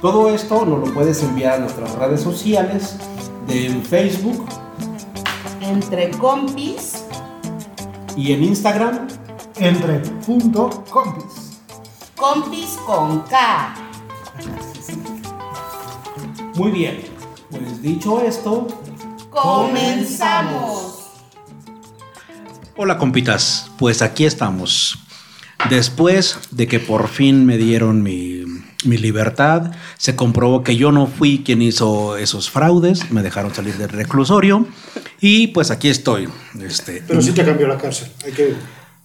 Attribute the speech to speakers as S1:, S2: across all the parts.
S1: Todo esto nos lo puedes enviar a nuestras redes sociales de en Facebook
S2: Entre compis.
S1: y en Instagram
S3: Entre punto compis.
S2: Compis con K.
S1: Muy bien, pues dicho esto,
S2: Comenzamos.
S4: Hola compitas, pues aquí estamos. Después de que por fin me dieron mi, mi libertad, se comprobó que yo no fui quien hizo esos fraudes, me dejaron salir del reclusorio y pues aquí estoy. Este,
S5: Pero sí te cambió la cárcel, hay que manifestarlo.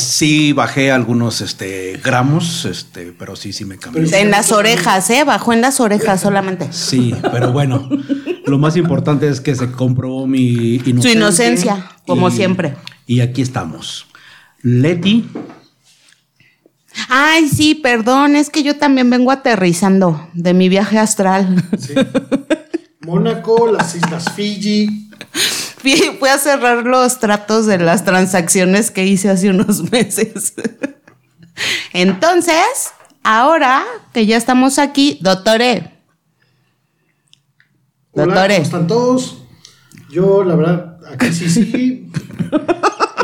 S4: sí bajé algunos este, gramos, este, pero sí, sí me cambió.
S5: Pero-
S2: En las orejas, ¿eh? Bajó en las orejas solamente.
S4: Sí, pero bueno, lo más importante es que se comprobó mi inocencia.
S2: Su inocencia, como siempre.
S4: Y aquí estamos. Leti,
S2: Ay, sí, perdón, es que yo también vengo aterrizando de mi viaje astral.
S5: Sí. Mónaco, las Islas Fiji.
S2: Fui, fui a cerrar los tratos de las transacciones que hice hace unos meses. Entonces, ahora que ya estamos aquí, doctoré.
S5: Hola,
S2: Doctores.
S5: ¿cómo están todos? Yo, la verdad, aquí sí sí.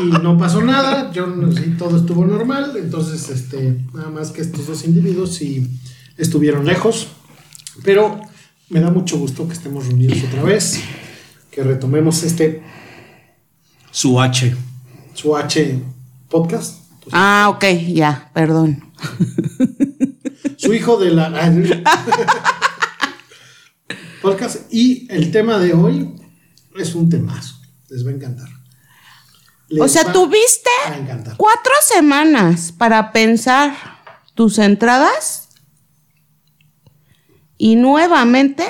S5: Y no pasó nada, yo no- sí, todo estuvo normal. Entonces, este, nada más que estos dos individuos sí estuvieron lejos. Pero me da mucho gusto que estemos reunidos otra vez, que retomemos este
S4: su H.
S5: SUH podcast.
S2: Ah, ok, ya, perdón.
S5: su hijo de la ah, no. podcast y el tema de hoy es un temazo les va a encantar Les
S2: O sea,
S5: va
S2: tuviste
S5: a encantar
S2: cuatro semanas para pensar tus entradas y nuevamente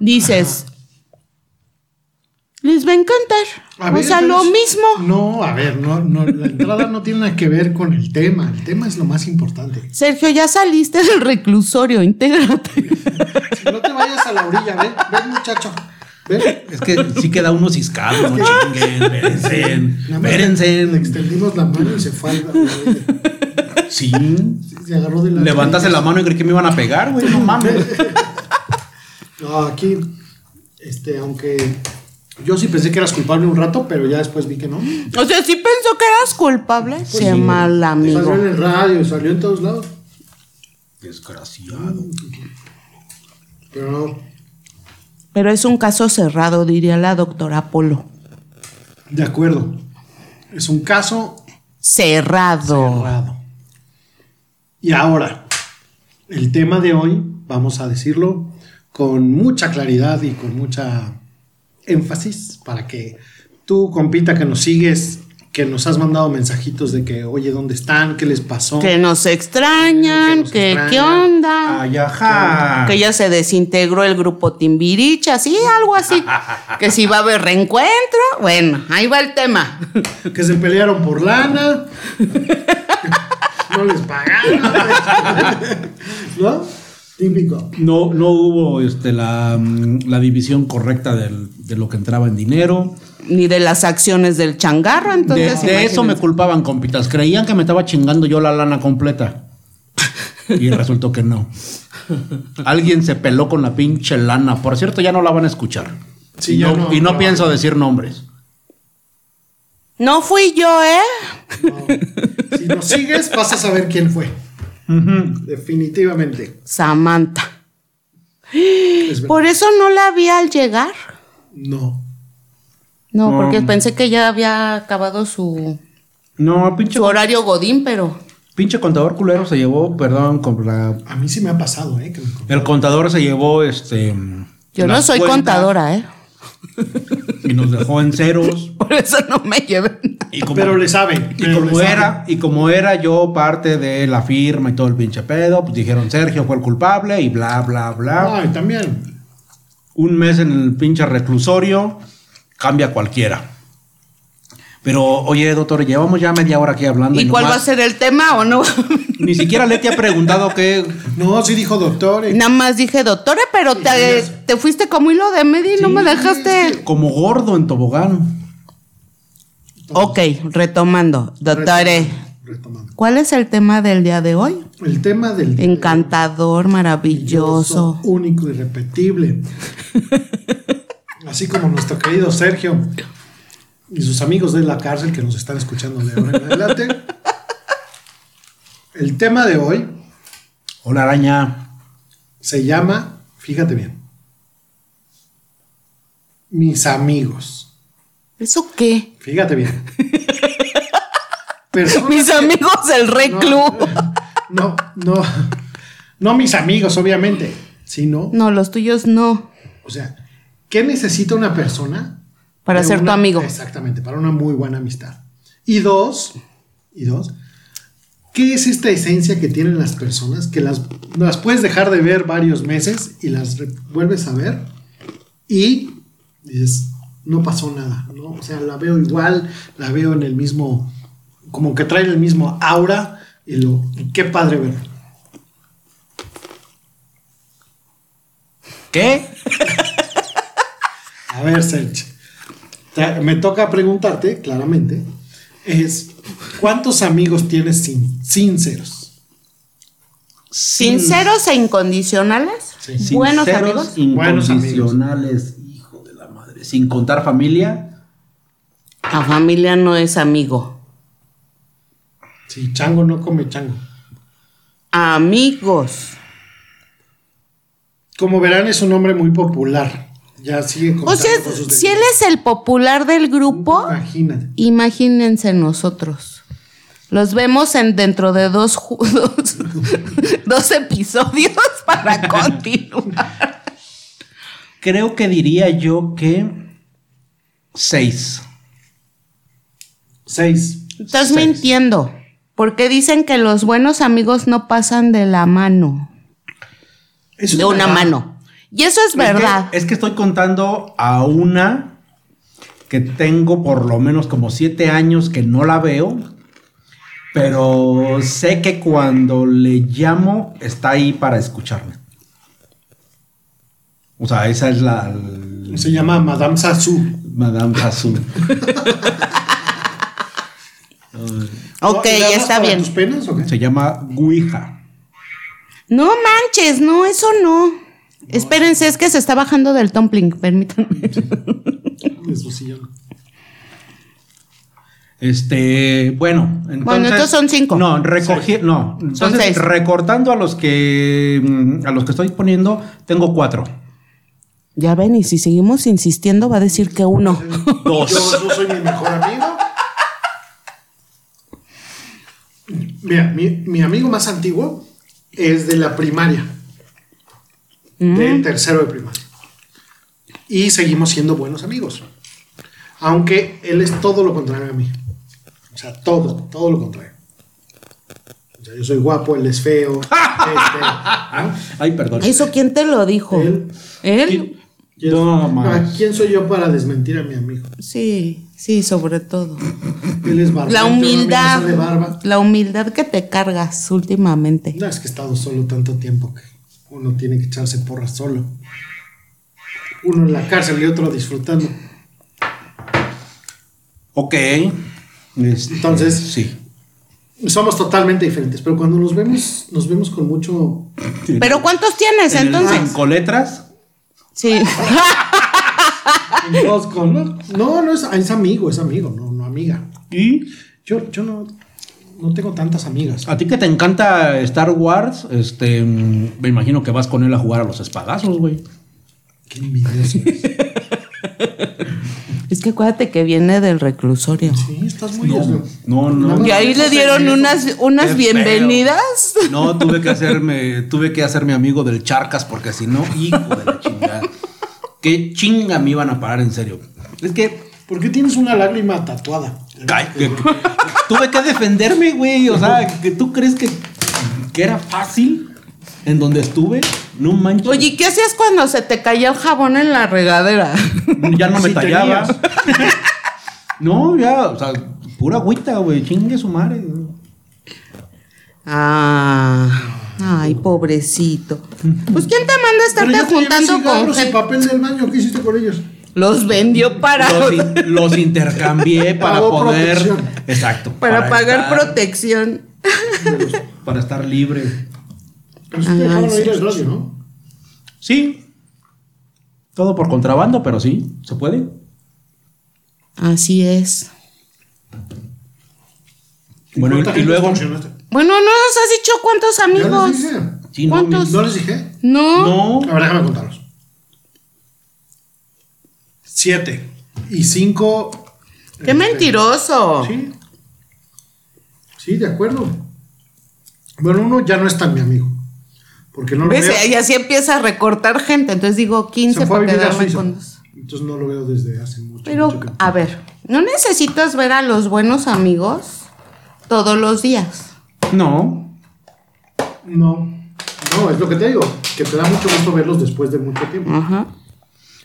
S2: dices, les va a
S5: A
S2: encantar.
S5: ver,
S2: o sea, lo
S5: entonces,
S2: mismo.
S5: no a ver no, no la entrada no tiene nada que ver con el tema el tema es lo más importante
S2: Sergio, ya saliste del reclusorio, intégrate.
S5: Si no te vayas a la orilla ven ven muchacho ven
S4: Es que sí queda uno ciscado, no chinguen, espérense,
S5: Nada más le
S4: espérense.
S5: extendimos la mano y se fue a la orilla.
S4: Sí,
S5: se agarró de la
S4: levantaste la mano y creí que me iban a pegar, güey, no mames.
S5: No, aquí, este, aunque yo sí pensé que eras culpable un rato, pero ya después vi que no.
S2: O sea, sí pensó que eras culpable. Qué mal
S5: Salió en
S2: amigo.
S5: el radio, salió en todos lados,
S4: Desgraciado.
S5: pero no.
S2: Pero es un caso cerrado, diría la doctora Polo.
S5: De acuerdo. Es un caso
S2: Cerrado.
S5: cerrado. Y ahora, el tema de hoy, vamos a decirlo con mucha claridad y con mucha énfasis para que tú, compita, que nos sigues, que nos has mandado mensajitos de que, oye, ¿dónde están? ¿Qué les pasó?
S2: Que nos extrañan,
S5: Que nos
S2: que
S5: extrañan.
S2: qué onda.
S4: Ay, ajá.
S2: Que ya se desintegró el grupo Timbiricha, sí, algo así. que si va a haber reencuentro. Bueno, ahí va el tema.
S5: que se pelearon por lana, no les pagaron, ¿no? Típico.
S4: No, no hubo este, la, mm, la división correcta del- de lo que entraba en dinero.
S2: Ni de las acciones del changarro,
S4: De,
S2: entonces.
S4: de eso me
S2: imagínense.
S4: culpaban, compitas. Creían que me estaba chingando yo la lana completa. Y resultó que no. Alguien se peló con la pinche lana. Por cierto, ya no la van a escuchar.
S5: Sí,
S4: y
S5: ya
S4: no,
S5: no,
S4: y no
S5: no.
S4: pienso decir nombres.
S2: No fui yo, ¿eh?
S5: Si nos sigues, vas a saber quién fue. Definitivamente.
S2: Samantha.
S5: Es verdad.
S2: Por eso no la vi al llegar.
S5: No.
S2: No,
S4: No.
S2: porque pensé que ya había acabado su,
S4: No, pinche,
S2: su horario Godín, pero
S4: pinche contador culero se llevó, perdón, con la-
S5: A mí sí me ha pasado, ¿eh? que me-
S4: el contador se llevó este.
S2: yo no
S4: las
S2: soy
S4: cuentas
S2: contadora, ¿eh?
S4: Y nos dejó en ceros.
S2: Por eso no me lleven.
S4: Y como,
S5: Pero le sabe.
S4: y como era, y como era yo parte de la firma y todo el pinche pedo, pues dijeron Sergio fue el culpable y bla, bla, bla.
S5: Ay, también.
S4: un mes en el pinche reclusorio, cambia cualquiera. Pero, oye, doctor, llevamos ya media hora aquí hablando.
S2: ¿Y cuál va a
S4: nomás-
S2: ser el tema o no?
S4: Ni siquiera Leti ha preguntado qué.
S5: No, sí dijo doctor. eh.
S2: Nada más dije, doctora, pero te, te fuiste como hilo de media y no me dejaste.
S4: Como gordo en tobogán.
S2: Ok, retomando, doctores,
S5: Retomando.
S2: ¿cuál es el tema del día de hoy?
S5: El tema del.
S2: Encantador, maravilloso.
S5: Único, irrepetible. Así como nuestro querido Sergio y sus amigos de la cárcel que nos están escuchando de ahora en adelante. El tema de hoy
S4: Hola, araña.
S5: se llama, fíjate bien, mis amigos.
S2: ¿Eso qué?
S5: Fíjate bien. Personas
S2: Mis
S5: que-
S2: amigos del Rey
S5: No,
S2: Club.
S5: No, no. No mis amigos, obviamente. Sino,
S2: No, los tuyos no.
S5: o sea, ¿qué necesita una persona?
S2: Para
S5: de
S2: ser tu
S5: una-
S2: amigo.
S5: Exactamente, para una muy buena amistad. Y dos, y dos, ¿qué es esta esencia que tienen las personas que las, las puedes dejar de ver varios meses y las re- vuelves a ver y dices, no pasó nada, ¿no? O sea, la veo igual, la veo en el mismo, como que trae el mismo aura y lo, y qué padre verlo.
S4: ¿Qué?
S5: A ver, Serge. te- Me toca preguntarte, claramente, es ¿cuántos amigos tienes sin, sinceros?
S2: ¿Sinceros e incondicionales?
S5: Sí.
S2: Buenos
S4: Sinceros,
S2: amigos.
S5: Buenos amigos.
S4: Incondicionales, hijo de la madre. Sin contar familia.
S2: La familia no es amigo.
S5: Si chango no come chango.
S2: Amigos.
S5: Como verán, es un hombre muy popular. Ya sigue
S2: O
S5: contando
S2: sea,
S5: con sus
S2: si él es el popular del grupo,
S5: Imagínate.
S2: imagínense nosotros. Los vemos en dentro de dos, ju- dos, dos episodios para continuar.
S4: Creo que diría yo que. Seis.
S5: Seis.
S2: Estás
S4: Seis.
S2: mintiendo. Porque dicen que los buenos amigos no pasan de la mano.
S5: Es
S2: De una mano. Y eso es verdad.
S4: Es que, eh, es que estoy contando a una que tengo por lo menos como siete años que no la veo, pero sé que cuando le llamo está ahí para escucharme. O sea, esa es la...
S5: Se llama Madame Sasu.
S4: Madame Hasu.
S2: Ok,
S5: ¿Le hablas
S2: está
S5: para
S2: bien.
S5: tus penas o qué?
S4: Se llama Guija.
S2: No manches, no, eso no. Espérense, es que se está bajando del tumbling, permítanme.
S5: Eso sí, yo no.
S4: Este, bueno, entonces.
S2: estos son cinco.
S4: No, recogí, no. Entonces,
S2: seis.
S4: recortando a los que mm, a los que estoy poniendo, tengo cuatro.
S2: Ya ven, y si seguimos insistiendo, va a decir que uno.
S5: Yo no soy mi mejor amigo. Mira, mi, mi amigo más antiguo es de la primaria.
S2: Mm.
S5: De tercero de primaria. Y seguimos siendo buenos amigos. Aunque él es todo lo contrario a mí. O sea, todo, todo lo contrario. O sea, yo soy guapo, él es feo. este,
S4: Ay, perdón.
S2: ¿Eso quién te lo dijo?
S5: Él.
S2: ¿Él?
S5: ¿no?
S4: No,
S5: ¿A
S4: man.
S5: quién soy yo para desmentir a mi amigo?
S2: Sí, sí, sobre todo.
S5: Él es barba.
S2: La humildad.
S5: De barba.
S2: La humildad que te cargas últimamente.
S5: No, es que he estado solo tanto tiempo que uno tiene que echarse porras solo. Uno en la cárcel y otro disfrutando.
S4: Ok. Este,
S5: Entonces-
S4: sí.
S5: Somos totalmente diferentes, pero cuando nos vemos, nos vemos con mucho.
S2: ¿Pero cuántos tienes
S4: En el
S2: entonces?
S4: Cinco letras.
S2: Sí.
S5: en dos con- No, no es, es amigo, es amigo, no, no amiga.
S4: Y
S5: Yo, yo no. no tengo tantas amigas.
S4: A ti que te encanta Star Wars, este, mm, me imagino que vas con él a jugar a los espadazos, güey.
S5: Qué envidioso.
S2: Es que acuérdate que viene del reclusorio.
S5: Sí, estás muy no,
S4: No, no.
S2: Y ahí le dieron unas, unas
S4: Qué feo.
S2: bienvenidas.
S4: No, tuve que hacerme, tuve que hacerme amigo del Charcas porque si no, hijo de la chingada. Qué chinga me iban a parar, en serio. Es que
S5: ¿Por qué tienes una lágrima tatuada?
S4: Ay, que- que- tuve que defenderme, güey. O sea, que tú crees que, que era fácil en donde estuve. No manches.
S2: Oye, ¿y ¿qué hacías cuando se te caía el jabón en la regadera?
S4: ya no me
S5: Sí
S4: tallaba.
S5: tenías.
S4: no, ya, o sea, pura agüita, güey. Chingue su madre.
S2: Ah, ay, pobrecito. Pues ¿quién te manda a estarte
S5: Pero ya te llevé
S2: juntando con
S5: cigarros y
S2: gente?
S5: papel del baño, ¿qué hiciste con ellos?
S2: Los vendió para,
S4: Los, in- los intercambié para
S5: Pagó
S4: poder.
S5: protección.
S4: Exacto.
S2: para pagar
S4: estar-
S2: protección.
S4: Para estar libre.
S5: Pero Pues sí te
S2: Ah,
S5: dejaron
S2: sí.
S5: ir al radio, ¿no?
S4: Sí. Todo por contrabando, pero sí, se puede.
S2: Así es.
S4: Bueno, y-
S5: ¿Cuánta
S4: y,
S5: gente
S4: luego.
S5: extorsionaste?
S2: Bueno, no nos has dicho cuántos
S5: ¿Ya
S2: amigos.
S5: les dije?
S4: Sí, no,
S2: ¿Cuántos?
S5: ¿No les dije?
S2: No.
S4: No,
S5: A ver, déjame contarlos. Siete. Y cinco. este,
S2: Qué mentiroso.
S5: Sí. Sí, de acuerdo. Bueno, uno ya no es tan mi amigo. Porque no lo
S2: ¿Ves?
S5: veo.
S2: Y así empieza a recortar gente. Entonces digo 15
S5: Se fue a
S2: para
S5: vivir a
S2: quedarme
S5: Suiza.
S2: con dos.
S5: Entonces no lo veo desde hace mucho, mucho
S2: Pero,
S5: tiempo.
S2: a ver, ¿no necesitas ver a los buenos amigos todos los días?
S4: no.
S5: No. No, es lo que te digo. Que te da mucho gusto verlos después de mucho tiempo.
S2: Ajá.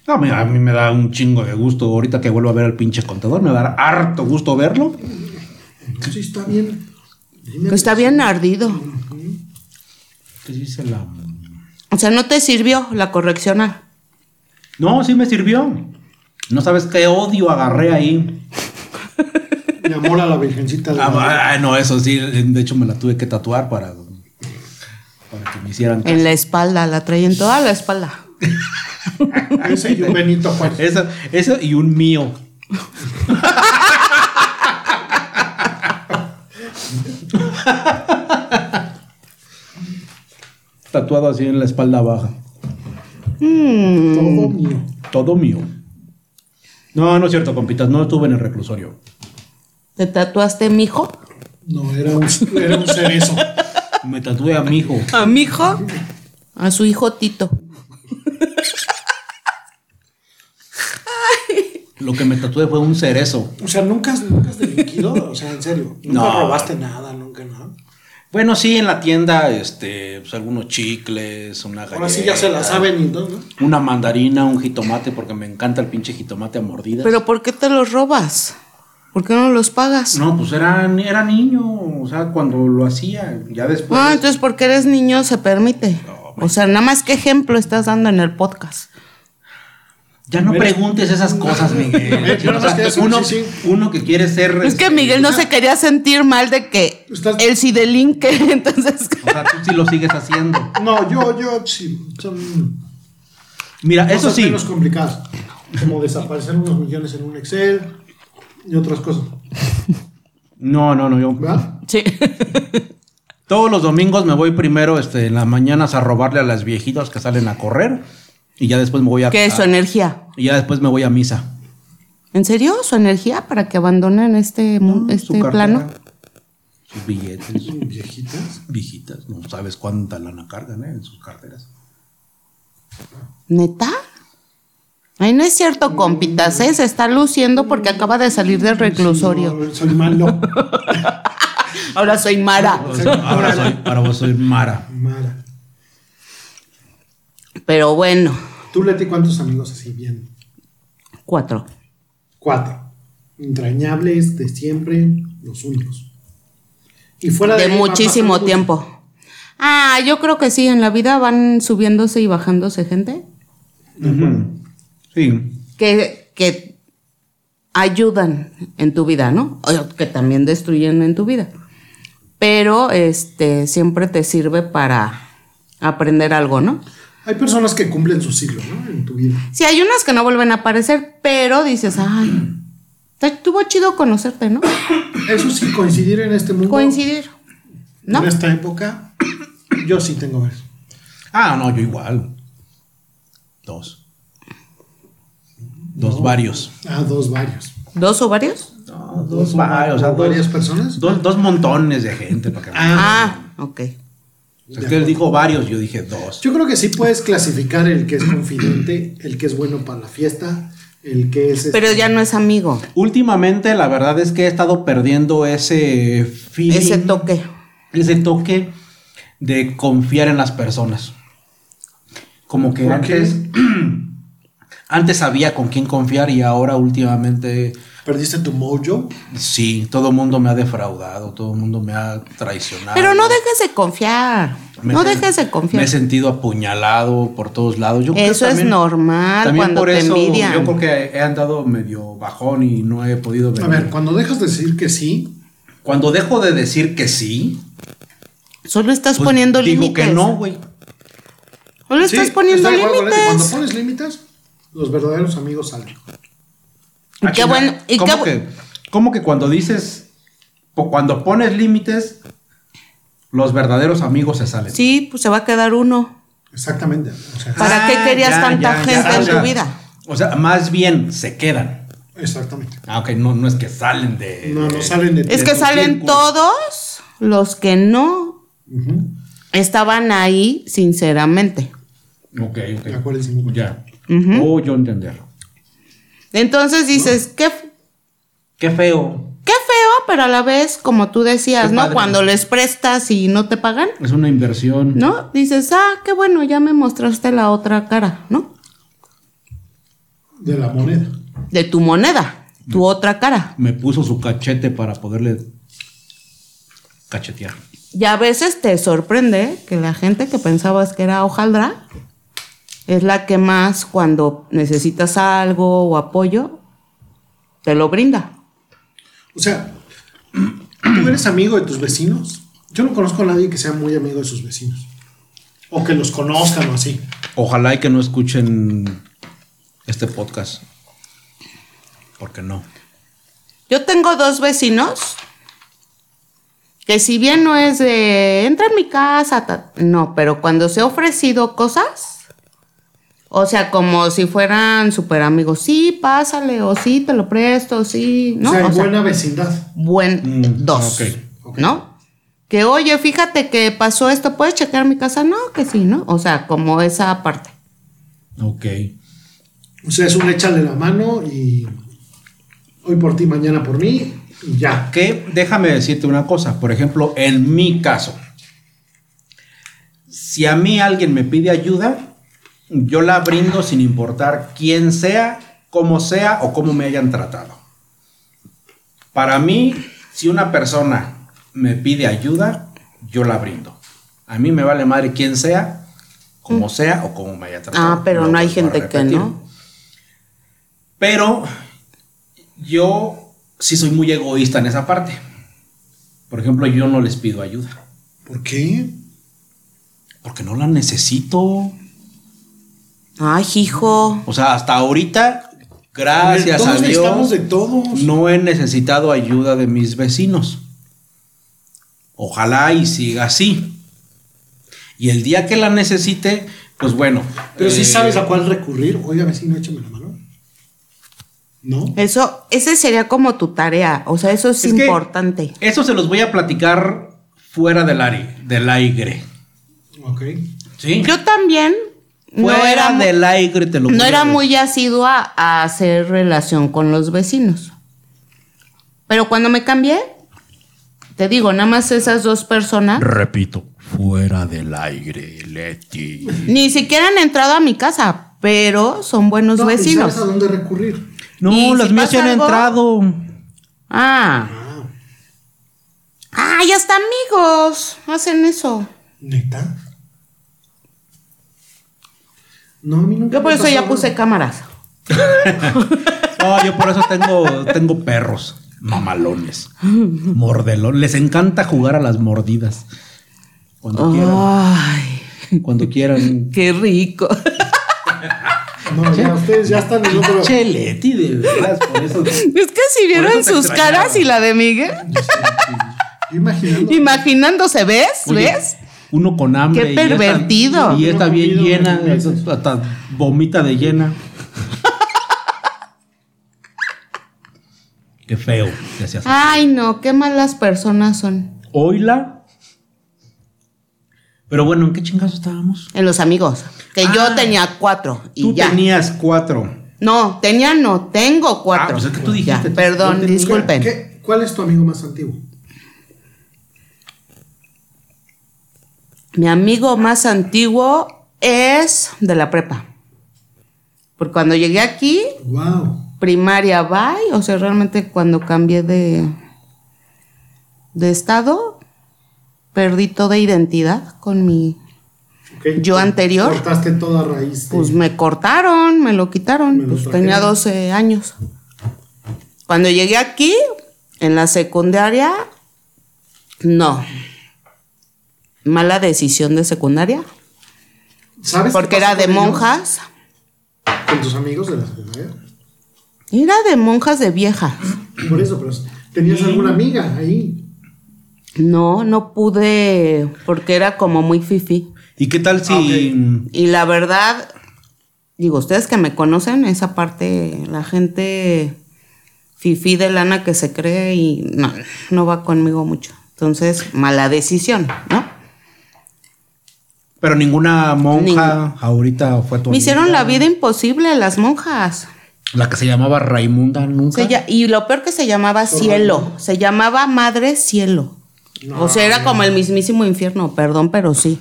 S4: No, mira, a mí me da un chingo de gusto. Ahorita que vuelvo a ver al pinche contador, me va a dar harto gusto verlo.
S5: Sí, está bien. Dime,
S2: Que Pues está bien ardido.
S4: ¿Qué dice la.?
S2: O sea, no te sirvió la correccional.
S4: No, sí me sirvió. No sabes qué odio agarré ahí.
S5: Mi amor a la virgencita de Guadalupe.
S4: Ah, ah, no, eso sí. De hecho, me la tuve que tatuar para, para que me hicieran.
S2: En la espalda, la traía en toda la espalda.
S5: Ese y un Benito Juárez.
S4: Eso, eso y un mío. Tatuado así en la espalda baja. Mm.
S5: Todo mío.
S4: Todo mío. No, no es cierto, compitas. No estuve en el reclusorio.
S2: ¿Te tatuaste, mijo?
S5: No, era un, era un cerezo.
S4: Me tatué a mi hijo.
S2: ¿A mi hijo? A su hijo Tito.
S4: Lo que me tatué fue un cerezo.
S5: O sea, nunca has, nunca has delinquido. O sea, en serio. Nunca
S4: No.
S5: robaste nada, nunca nada.
S4: Bueno, sí, en la tienda, este, pues, algunos chicles, una galleta.
S5: Ahora sí ya se la saben y todo, ¿no?
S4: Una mandarina, un jitomate, porque me encanta el pinche jitomate a mordidas.
S2: ¿Pero por qué te los robas? ¿Por qué no los pagas?
S4: No, pues era, era niño, o sea, cuando lo hacía, ya después.
S2: Ah, entonces porque eres niño se permite.
S4: pues.
S2: O sea, nada más que ejemplo estás dando en el podcast.
S4: ya no preguntes esas cosas, Miguel.
S5: Yo nada más
S4: O sea,
S5: quería decir,
S4: uno,
S5: sí,
S4: uno que quiere ser.
S2: Es que
S4: este,
S2: Miguel no se quería sentir mal de que
S5: Estás-
S2: él sí delinque, entonces...
S4: O sea, tú sí lo sigues haciendo.
S5: No, yo, yo, sí. Son
S4: Mira, eso
S5: cosas
S4: sí.
S5: menos complicadas. Como desaparecer unos millones en un Excel y otras cosas.
S4: No, no, no, yo.
S5: ¿Verdad?
S2: Sí.
S4: Todos los domingos me voy primero este, en las mañanas a robarle a las viejitas que salen a correr. Y ya después me voy a.
S2: ¿Qué es su energía?
S4: Y ya después me voy a misa.
S2: ¿En serio? ¿Su energía para que abandonen este, mu-
S4: Su
S2: este
S4: cartera,
S2: plano?
S4: Sus billetes, sus
S5: Viejitas.
S4: viejitas. No sabes cuánta lana cargan, ¿eh? En sus carteras.
S2: ¿Neta? Ay, no es cierto, compitas, ¿eh? Se está luciendo porque acaba de salir del reclusorio.
S5: No, soy malo.
S2: Ahora soy Mara.
S4: Ahora soy, ahora vos soy Mara.
S5: Mala.
S2: Pero bueno,
S5: Tú, Leti, ¿cuántos amigos así bien?
S2: cuatro.
S5: Cuatro. Entrañables de siempre, los únicos. Y fuera de,
S2: De
S5: ahí va
S2: muchísimo
S5: pasando-
S2: tiempo. Ah, yo creo que sí, en la vida van subiéndose y bajándose gente
S4: Sí.
S2: que, que ayudan en tu vida, ¿no? O que también destruyen en tu vida. Pero este siempre te sirve para aprender algo, ¿no?
S5: Hay personas que cumplen su siglo, ¿no? En tu vida.
S2: Sí, hay unas que no vuelven a aparecer, pero dices, ay, Te- Estuvo chido conocerte, ¿no?
S5: Eso sí, coincidir en este mundo.
S2: Coincidir. ¿No?
S5: En esta época, yo sí tengo varios.
S4: Ah, no, yo igual. Dos. Dos varios.
S5: Ah, dos varios.
S2: ¿Dos o varios?
S4: No,
S5: dos varios, o varias personas.
S4: Dos, dos montones de gente. Para que-
S2: Ah, ok.
S4: O sea, es que él dijo varios, yo dije dos.
S5: Yo creo que sí puedes clasificar el que es confidente, el que es bueno para la fiesta, el que es.
S2: Pero ya no es amigo.
S4: Últimamente, la verdad es que he estado perdiendo ese feeling,
S2: Ese toque.
S4: ese toque de confiar en las personas. Como que
S5: ¿Por qué?
S4: antes, antes sabía con quién confiar y ahora últimamente
S5: Perdiste tu mojo.
S4: sí, todo el mundo me ha defraudado, todo el mundo me ha traicionado.
S2: Pero no dejes de confiar.
S4: Me
S2: no
S4: sen-
S2: dejes de
S4: Me
S2: confiar.
S4: he sentido apuñalado por todos lados. Yo creo que
S2: Eso es
S4: también-
S2: normal
S4: también
S2: cuando
S4: por
S2: te
S4: eso Yo
S2: envidian.
S4: creo que he andado medio bajón y no he podido
S5: A
S4: venir.
S5: ver, cuando dejas de decir que sí,
S4: Cuando dejo de decir que sí,
S2: Solo estás
S4: pues,
S2: poniendo
S4: digo
S2: límites.
S4: que no, güey.
S2: Solo
S5: sí,
S2: estás poniendo
S5: estoy de acuerdo con él. Cuando
S2: límites.
S5: pones límites, los verdaderos amigos salen.
S2: Y
S4: Ah,
S2: qué
S4: chinga,
S2: bueno- y
S4: ¿Cómo,
S2: qué bu-
S4: que, cómo que cuando dices, o cuando pones límites, los verdaderos amigos se salen?
S2: Sí, pues se va a quedar uno.
S5: Exactamente. O sea,
S2: ¿Para qué querías tanta gente en
S4: o sea,
S2: tu vida?
S4: Ah, O sea, más bien se quedan.
S5: exactamente.
S4: Ah, ok, no, no es que salen de.
S5: No, no
S4: de-
S5: salen de
S2: Es
S5: ti.
S2: que
S4: tu
S2: salen
S4: círculo.
S2: todos los que no
S5: Ujú.
S2: estaban ahí sinceramente.
S4: Ok, ok.
S5: De acuerdo, sí.
S4: Ya. Oh, yo entender.
S2: Entonces dices, qué,
S4: Qué feo.
S2: qué feo, pero a la vez, como tú decías,
S4: Qué
S2: ¿no?
S4: padre.
S2: Cuando les prestas y no te pagan,
S4: Es una inversión.
S2: ¿no? Dices, ah, qué bueno, ya me mostraste la otra cara, ¿no?
S5: De la moneda.
S2: De tu moneda, tu otra cara.
S4: Me puso su cachete para poderle cachetear.
S2: Y a veces te sorprende que la gente que pensabas que era hojaldra es la que más cuando necesitas algo o apoyo, te lo brinda.
S5: O sea, ¿tú eres amigo de tus vecinos? Yo no conozco a nadie que sea muy amigo de sus vecinos. O que los conozcan o así.
S4: Ojalá y que no escuchen este podcast. Porque no.
S2: Yo tengo dos vecinos que si bien no es de entra en mi casa, ta- no, pero cuando se ha ofrecido cosas, o sea, como si fueran súper amigos, sí, pásale, o sí, te lo presto, sí, ¿no?
S5: o sea, hay
S2: O sea,
S5: buena vecindad.
S2: buen
S4: Mm,
S2: dos,
S4: ok,
S5: ok.
S2: ¿no? Que oye, fíjate que pasó esto, ¿puedes checar mi casa? No, que sí, ¿no? O sea, como esa parte.
S4: Ok.
S5: O sea, es un échale la mano y hoy por ti, mañana por mí y ya.
S4: Que déjame decirte una cosa. Por ejemplo, en mi caso, si a mí alguien me pide ayuda, yo la brindo sin importar quién sea, cómo sea o cómo me hayan tratado. Para mí, si una persona me pide ayuda, yo la brindo. A mí me vale madre quién sea, como sea o cómo me haya tratado.
S2: Mm. Ah, pero
S4: Lo
S2: no hay
S4: vuelvo a
S2: gente que
S4: repetir.
S2: no.
S4: Pero yo sí soy muy egoísta en esa parte. Por ejemplo, yo no les pido ayuda.
S5: ¿Por qué?
S4: Porque no la necesito. O
S2: Ay, hijo.
S4: sea, hasta ahorita,
S5: Porque
S4: gracias
S5: todos
S4: a Dios,
S5: necesitamos de todos.
S4: no he necesitado ayuda de mis vecinos. Ojalá y siga así. Y el día que la necesite, pues bueno.
S5: Pero si
S4: eh,
S5: sabes a cuál recurrir, oiga vecino, échame la mano. ¿No?
S2: Eso, ese sería como tu tarea, o sea, eso es,
S4: Es que-
S2: importante.
S4: Eso se los voy a platicar fuera del aire. Del aire.
S5: Ok.
S4: ¿Sí?
S2: Yo también no
S4: Fuera
S2: era, mu-
S4: del aire te lo
S2: no
S4: voy a
S2: era
S4: decir.
S2: muy asidua a hacer relación con los vecinos. Pero cuando me cambié, te digo, nada más esas dos personas
S6: Repito, fuera del aire, Leti.
S2: ni siquiera han entrado a mi casa, pero son buenos
S5: No, ¿y
S2: vecinos.
S5: ¿Sabes a dónde recurrir?
S4: No,
S2: ¿Y si
S4: los míos
S2: pasa
S4: ya han
S2: algo?
S4: entrado.
S2: Ah,
S5: Ah,
S2: ah, ya están amigos, hacen eso.
S5: neta. No, a mí nunca
S2: Yo por
S5: me
S2: eso ya
S5: pasó.
S2: puse cámaras.
S4: No, yo por eso tengo, tengo perros. Mamalones. Mordelones. Les encanta jugar a las mordidas.
S2: Ah.
S4: Cuando quieran.
S2: Ay,
S4: Cuando quieran.
S2: qué rico.
S5: No, ya ustedes ya están en otro.
S4: Pinche Leti, de veras, por eso.
S2: Es que
S4: Por
S2: si vieron
S4: eso te
S2: sus
S4: extrañaba.
S2: caras y la de Miguel,
S5: Yo imaginando.
S2: imaginándose, ¿ves?
S4: Oye,
S2: ¿Ves?
S4: Uno con hambre.
S2: Qué
S4: y ya está-
S2: pervertido.
S4: Y está bien
S5: Comido
S4: llena,
S5: varias veces.
S4: hasta vomita de llena. Qué feo. que hacías.
S2: Ay, no, qué malas personas son.
S4: Oila. Pero bueno, ¿en qué chingados estábamos?
S2: En los amigos. Que
S4: Ah.
S2: yo tenía cuatro y
S4: Tú
S2: ya.
S4: tenías cuatro.
S2: No, tenía no, tengo cuatro.
S4: Ah, pues es que tú dijiste,
S2: Ya, perdón,
S4: yo tenía-
S2: disculpen.
S5: ¿Qué- ¿Cuál es tu amigo más antiguo?
S2: Mi amigo más antiguo es de la prepa. Porque cuando llegué aquí,
S5: Wow.
S2: primaria bye, o sea, realmente cuando cambié de de estado perdí toda identidad con mi
S5: Ok.
S2: Yo anterior.
S5: Cortaste toda raíz. de-
S2: pues me cortaron, me lo quitaron,
S5: Me lo
S2: pues
S5: trajeron.
S2: tenía 12 años. Cuando llegué aquí en la secundaria no. Mala decisión de secundaria,
S5: ¿Sabes qué
S2: porque
S5: pasó
S2: era de
S5: con ellos?
S2: monjas.
S5: Con tus amigos de la secundaria.
S2: Era de monjas de viejas.
S5: Por eso, pero tenías alguna amiga ahí.
S2: No, no pude porque era como muy fifi.
S4: ¿Y qué tal
S2: Ah,
S4: si.?
S2: Y la verdad, digo, ustedes que me conocen, esa parte, la gente fifi de lana que se cree y no, no va conmigo mucho. Entonces, mala decisión, ¿no?
S4: Pero ninguna monja ahorita fue tu
S2: Me hicieron
S4: amiga.
S2: la vida imposible las monjas.
S4: La que se llamaba Raimunda nunca.
S2: Se ya- y lo peor que se llamaba cielo, se llamaba madre cielo. o sea, era como el mismísimo infierno, perdón, pero sí.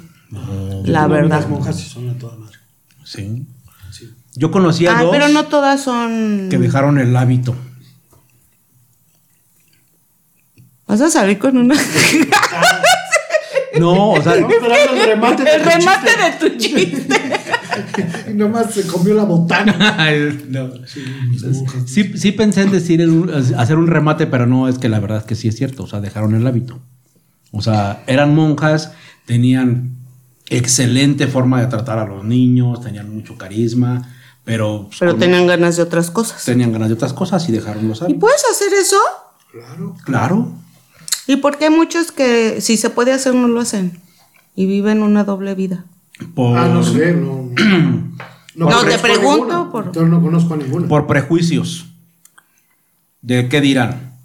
S2: la verdad.
S5: Las monjas sí son de toda madre.
S4: Sí. Yo conocía
S2: Ah,
S4: dos
S2: pero no todas son.
S4: que dejaron el hábito.
S2: Vas a salir con una.
S4: No, o sea,
S5: Estaba esperando el remate. de
S2: El
S5: tu
S2: remate de tu chiste.
S5: chiste Y nomás se comió la botana.
S4: no. Sí, sí pensé en decir el- hacer un remate, pero no, es que la verdad es que sí es cierto, o sea, dejaron el hábito. O sea, eran monjas, tenían excelente forma de tratar a los niños, tenían mucho carisma, pero, pues,
S2: Pero
S4: con-
S2: tenían ganas de otras cosas.
S4: tenían ganas de otras cosas y dejaron los
S2: ¿Y
S4: hábitos.
S2: puedes hacer eso?
S5: Claro.
S4: Claro.
S2: ¿Y por qué muchos que si se puede hacer no lo hacen? Y viven una doble vida.
S4: Por,
S5: Ah, no sé, no.
S2: No, te
S5: conozco a
S2: pregunto
S5: ninguna.
S2: por-
S5: Yo no conozco a ninguna.
S4: por prejuicios. ¿De qué dirán?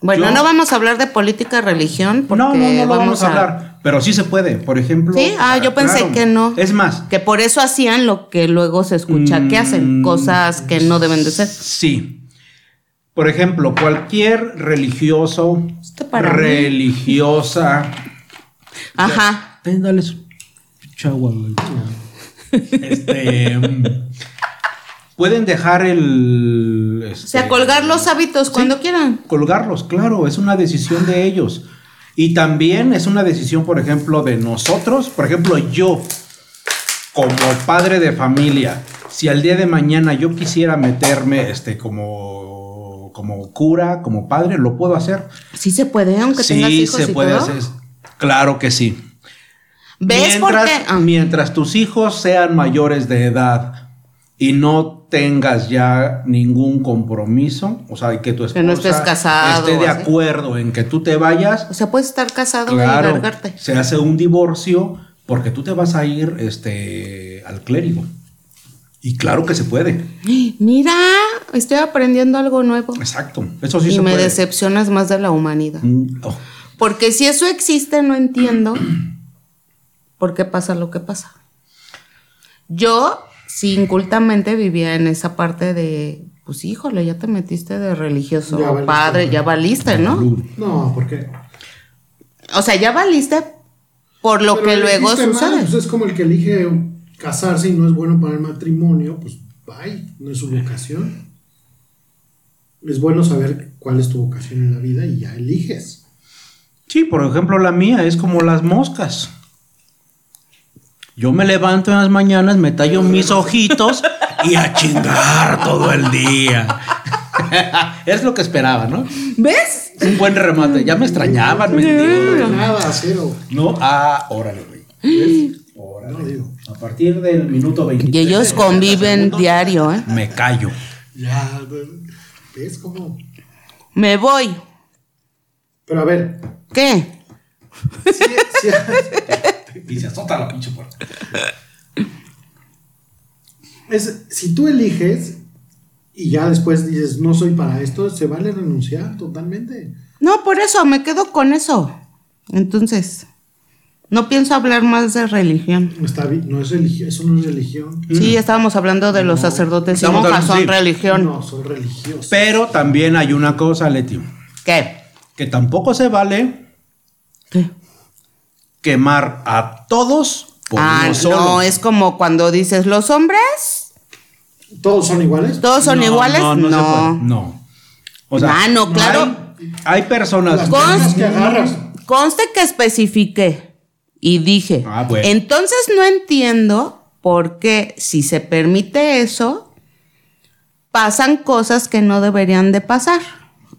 S2: Bueno,
S4: Yo-
S2: no vamos a hablar de política, religión, porque
S4: no, no, no lo vamos, a
S2: hablar.
S4: hablar. Pero sí se puede, por ejemplo.
S2: Sí, ah, yo pensé que no.
S4: Es más,
S2: Que por eso hacían lo que luego se escucha que hacen, cosas que no deben de ser.
S4: Mm, sí. Por ejemplo, cualquier religioso,
S2: Este para mí.
S4: religiosa.
S2: Ajá.
S4: Ten, dale su pinche agua, güey. Este. mm, pueden dejar el.
S2: O
S4: este,
S2: sea, colgar los hábitos cuando quieran.
S4: colgarlos, claro, es una decisión de ellos. Y también es una decisión, por ejemplo, de nosotros, por ejemplo, yo, como padre de familia, si al día de mañana yo quisiera meterme este, como, como cura, como padre, lo puedo hacer.
S2: Sí se puede, aunque tengas
S4: Sí,
S2: hijos
S4: se
S2: y
S4: puede
S2: todo.
S4: hacer. Claro que sí. Mientras,
S2: ¿Ves por qué? Ah.
S4: mientras tus hijos sean mayores de edad y no tengas ya ningún compromiso, o sea, y que tu esposa
S2: Que no estés casado
S4: esté de
S2: o así.
S4: acuerdo en que tú te vayas,
S2: O sea, puedes estar casado y
S4: claro,
S2: largarte.
S4: se hace un divorcio porque tú te vas a ir este, al clérigo. Y claro que se puede.
S2: Mira, estoy aprendiendo algo nuevo.
S4: Exacto. Eso sí
S2: y
S4: se
S2: me
S4: puede.
S2: decepcionas más de la humanidad.
S4: Mm, oh,
S2: Porque si eso existe, no entiendo por qué pasa lo que pasa. Yo, sí, incultamente vivía en esa parte de, pues híjole, ya te metiste de religioso
S5: Ya valiste,
S2: padre, ya valiste, ¿no?
S4: salud.
S5: No, ¿por qué?
S2: O sea, ya valiste por lo
S5: Pero
S2: que luego
S5: elegiste mal,
S2: sucede.
S5: pues es como el que elige casarse y no es bueno para el matrimonio, pues bye, no es su vocación. Es bueno saber cuál es tu vocación en la vida y ya eliges.
S4: Sí, por ejemplo, la mía es como las moscas. Yo me levanto en las mañanas, me tallo mis ojitos y a chingar todo el día. es lo que esperaba, ¿no?
S2: ¿Ves?
S4: Un buen remate. Ya me extrañaban, mendigo.
S5: Nada, cero.
S4: No, ah, órale, güey.
S5: ¿ves?
S4: Órale.
S5: No digo.
S4: A partir del minuto 23.
S2: Y ellos
S4: de los 30
S2: conviven
S4: segundos,
S2: diario, ¿eh?
S4: Me callo.
S5: Ya, ¿ves cómo?
S2: Me voy.
S5: Pero a ver,
S2: ¿Qué?
S5: sí, sí,
S4: Y se azota la pinche puerta.
S5: es, si tú eliges y ya después dices, no soy para esto, se vale renunciar totalmente.
S2: No, por eso, me quedo con eso. Entonces, no pienso hablar más de religión.
S5: Está bien, no es religión, eso no es religión.
S2: Sí, estábamos hablando de los sacerdotes
S4: Mm.
S2: y
S4: Estamos
S2: monjas,
S4: hablando-
S2: son
S4: sí.
S2: religión.
S5: No, son religiosos.
S4: Pero también hay una cosa, Leti,
S2: ¿Qué?
S4: que tampoco se vale
S2: ¿Qué?
S4: quemar a todos por
S2: ah,
S4: uno solo.
S2: no, es como cuando dices, los hombres,
S5: ¿Todos son iguales?
S2: todos son
S4: No,
S2: iguales.
S4: No,
S2: No,
S4: no. se puede, no. O sea,
S2: Ah, no, claro.
S4: hay, hay personas.
S5: Las
S2: Con-
S5: personas que agarras.
S2: Conste que especifiqué y dije.
S4: Ah, bueno.
S2: Entonces no entiendo por qué si se permite eso, pasan cosas que no deberían de pasar.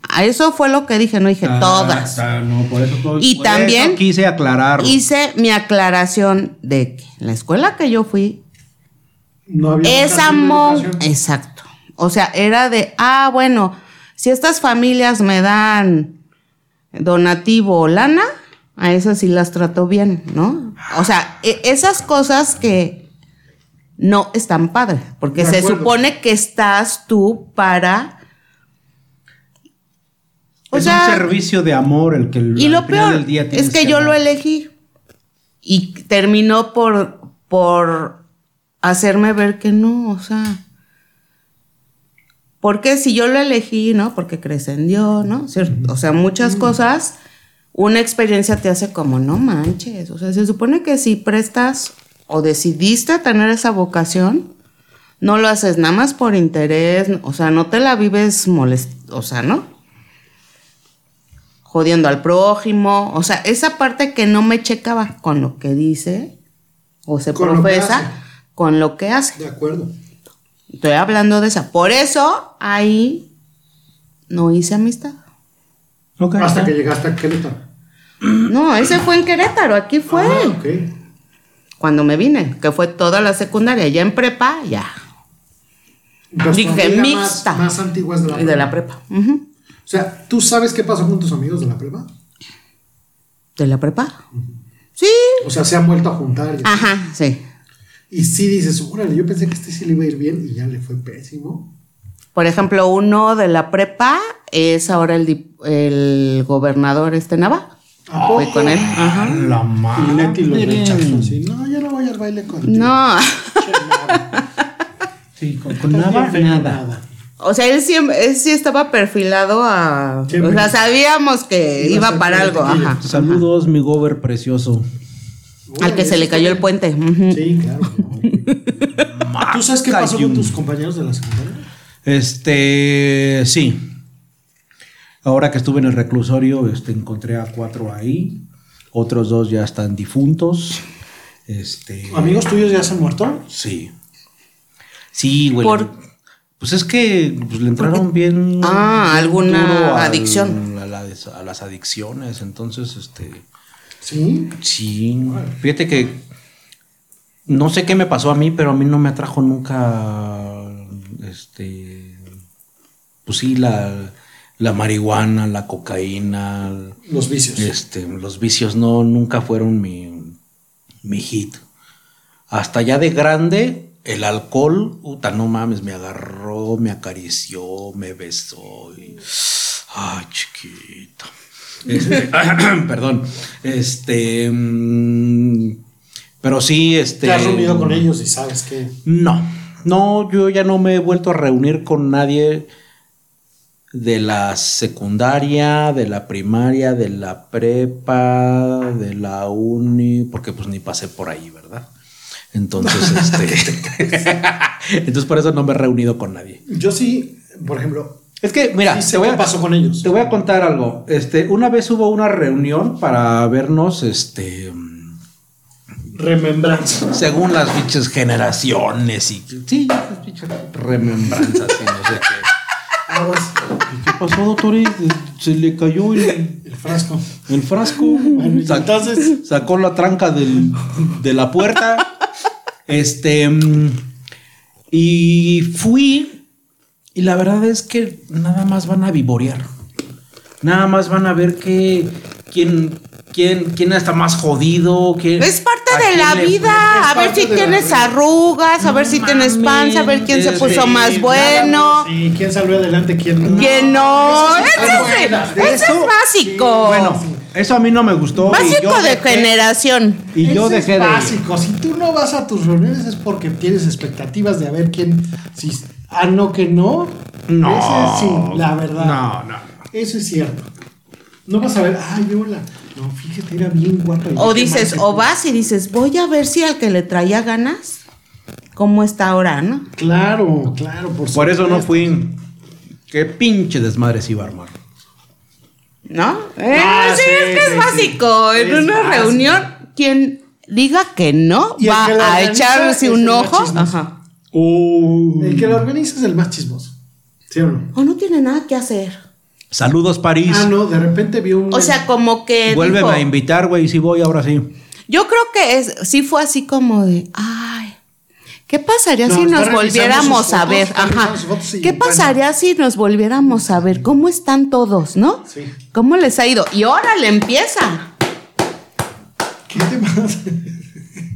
S2: A Eso fue lo que dije, no dije
S4: Ah,
S2: todas.
S4: ah, no, por eso, por-
S2: Y
S4: por eso
S2: también-
S4: quise aclararlo.
S2: Hice mi aclaración de que la escuela que yo fui
S5: No había
S2: es
S5: educación,
S2: amor.
S5: educación.
S2: Exacto. O sea, era de, ah, bueno, si estas familias me dan donativo o lana, a esas sí las trato bien, ¿no? O sea, e- esas cosas que no están padre, porque
S5: De
S2: se
S5: acuerdo.
S2: supone que estás tú para... O
S4: es
S2: sea,
S4: un servicio de amor el que
S2: y
S4: al
S2: lo
S4: final
S2: peor
S4: del día
S2: es
S4: tienes
S2: que yo
S4: dar.
S2: lo elegí y terminó por, por hacerme ver que no, o sea. Porque si yo lo elegí, ¿no? Porque crees en Dios, ¿no? ¿Cierto? O sea, muchas
S4: Mm.
S2: cosas, una experiencia te hace como, no manches. O sea, se supone que si prestas o decidiste tener esa vocación, no lo haces nada más por interés, o sea, no te la vives molest, o sea, ¿no? jodiendo al prójimo, o sea, esa parte que no me checaba con lo que dice o se
S5: Con lo que
S2: profesa,
S5: hace.
S2: con lo que hace.
S5: De acuerdo.
S2: Estoy hablando de esa. Por eso ahí no hice amistad.
S4: Ok.
S5: Hasta que llegaste a Querétaro.
S2: No, ese fue en Querétaro, aquí fue.
S5: Ah, ok.
S2: Cuando me vine, que fue toda la secundaria, ya en prepa, ya.
S5: Las
S2: Dije,
S5: familias
S2: mixta.
S5: Más, más antiguas de la,
S2: Y de la
S5: prepa.
S2: prepa. ujú.
S5: O sea, ¿tú sabes qué pasó con tus amigos de la prepa?
S2: ¿De la prepa? Sí.
S5: O sea, se han vuelto a juntar. y-
S2: Ajá, sí.
S5: Y sí dices, órale, yo pensé que este sí le iba a ir bien y ya le fue pésimo.
S2: Por ejemplo, uno de la prepa es ahora el, dip- el gobernador este Nava.
S5: ¿A
S2: Fui con él. Ajá.
S4: La
S5: Y Leti lo
S4: madre.
S5: rechazó así, no, yo no voy al baile contigo.
S2: No.
S5: Che, nada.
S4: Sí, con, con
S5: Estás
S4: nada,
S5: bien feo,
S4: nada.
S5: nada.
S2: O sea, él, siempre, él sí estaba perfilado a...
S5: Sí,
S2: o
S5: pero-
S2: sea, sabíamos que
S5: Iba
S2: iba
S5: a ser
S2: para algo.
S5: politiquillo.
S2: Ajá.
S4: Saludos, mi gober precioso.
S2: Al que se le cayó el puente. ujú.
S5: Sí, claro. ¿Tú sabes qué pasó con tus compañeros de la secundaria?
S4: Este, sí. Ahora que estuve en el reclusorio, este, encontré a cuatro ahí. Otros dos ya están difuntos. Este,
S5: ¿Amigos tuyos ya se han muerto?
S4: sí. Sí, güey.
S2: Por-
S4: Pues es que pues, le entraron bien.
S2: Ah,
S4: bien
S2: alguna
S4: duro
S2: adicción.
S4: A, las- a las adicciones. Entonces, este.
S5: Sí.
S4: Sí. Fíjate que no sé qué me pasó a mí, pero a mí no me atrajo nunca este pues sí la la marihuana, la cocaína,
S5: Los vicios.
S4: este los vicios no nunca fueron mi mi hit. Hasta ya de grande el alcohol, puta, no mames, me agarró, me acarició, me besó. y- Ay, chiquito. Este, perdón. Este. mm, Pero sí, este.
S5: Te has reunido con ellos y sabes que...
S4: No. No, yo ya no me he vuelto a reunir con nadie de la secundaria, de la primaria, de la prepa, de la uni, porque pues ni pasé por ahí, ¿verdad? Entonces, este. Entonces, por eso no me he reunido con nadie.
S5: Yo sí, por ejemplo,
S4: Es que, mira,
S5: sí sé
S4: te voy
S5: qué
S4: a
S5: pasó con ellos.
S4: te voy a contar algo. Este, una vez hubo una reunión para vernos, este, mm,
S5: Remembranza.
S4: según las pinches generaciones y sí, las pinches remembranzas y no sé qué.
S5: Aguas,
S4: ¿Qué pasó, doctor? Eh, Se le cayó el,
S5: el frasco.
S4: frasco.
S5: Bueno, y entonces...
S4: sacó la tranca del- de la puerta. Este. mm, Y fui. Y la verdad es que nada más van a vivorear. Nada más van a ver que. quién. quién, quién está más jodido. quién-
S2: Es parte
S4: a
S2: de
S4: quién
S2: la
S4: le-
S2: vida.
S5: es
S2: A ver
S5: parte
S2: si
S5: de la
S2: tienes
S5: vida.
S2: arrugas, a ver
S4: No
S2: si tienes
S4: mames,
S2: panza, a ver quién se
S4: desde-
S2: puso más
S4: nada,
S2: bueno.
S5: Sí, quién salió adelante, quién no.
S2: ¿Quién no?
S5: Esas
S2: Ese
S5: son
S2: es,
S5: buenas,
S2: ese es
S4: eso-
S2: básico.
S4: Bueno, eso a mí no me gustó. y yo
S2: básico de
S4: dejé-
S2: generación.
S4: Y yo
S5: Ese
S4: dejé
S5: es
S4: de. ir.
S5: básico. Si tú no vas a tus reuniones es porque tienes expectativas de a ver quién. Si, ah, no, que no.
S4: No.
S5: Ese sí, la verdad.
S4: No, no.
S5: Eso es cierto. No vas a ver, ay, hola. No, fíjate, era bien guapa.
S2: O dices, o vas y dices, voy a ver si al que le traía ganas, ¿cómo está ahora, no?
S5: Claro, claro, por
S4: Por eso no
S5: supuesto.
S4: fui. Qué pinche desmadre se iba a armar.
S2: ¿No? Eh,
S5: Ah,
S2: sí,
S5: sí,
S2: es que
S5: sí,
S2: es básico.
S5: sí.
S2: En
S5: Es
S2: una
S5: básico.
S2: reunión, quien diga que no
S5: Y el
S2: va
S5: que la
S2: a
S5: organiza
S2: echarse
S5: es el
S2: un
S5: más
S2: ojo.
S5: chismoso.
S2: Ajá.
S5: El que lo organiza es el más chismoso. ¿Sí o no?
S2: O no tiene nada que hacer.
S4: Saludos, París.
S5: Ah, no, de repente vi un.
S2: O sea, como que.
S4: Vuélveme
S2: dijo,
S4: a invitar, güey. Si voy, ahora sí.
S2: Yo creo que es, sí fue así como de, ay, ¿qué pasaría
S5: No,
S2: si
S5: está
S2: nos
S5: revisando sus
S2: volviéramos
S5: fotos,
S2: a ver?
S5: está
S2: Ajá.
S5: revisando sus fotos y,
S2: ¿Qué
S5: bueno.
S2: pasaría si nos volviéramos a ver? ¿Cómo están todos, no?
S5: Sí.
S2: ¿Cómo les ha ido? Y ahora le empieza.
S5: ¿Qué te pasa?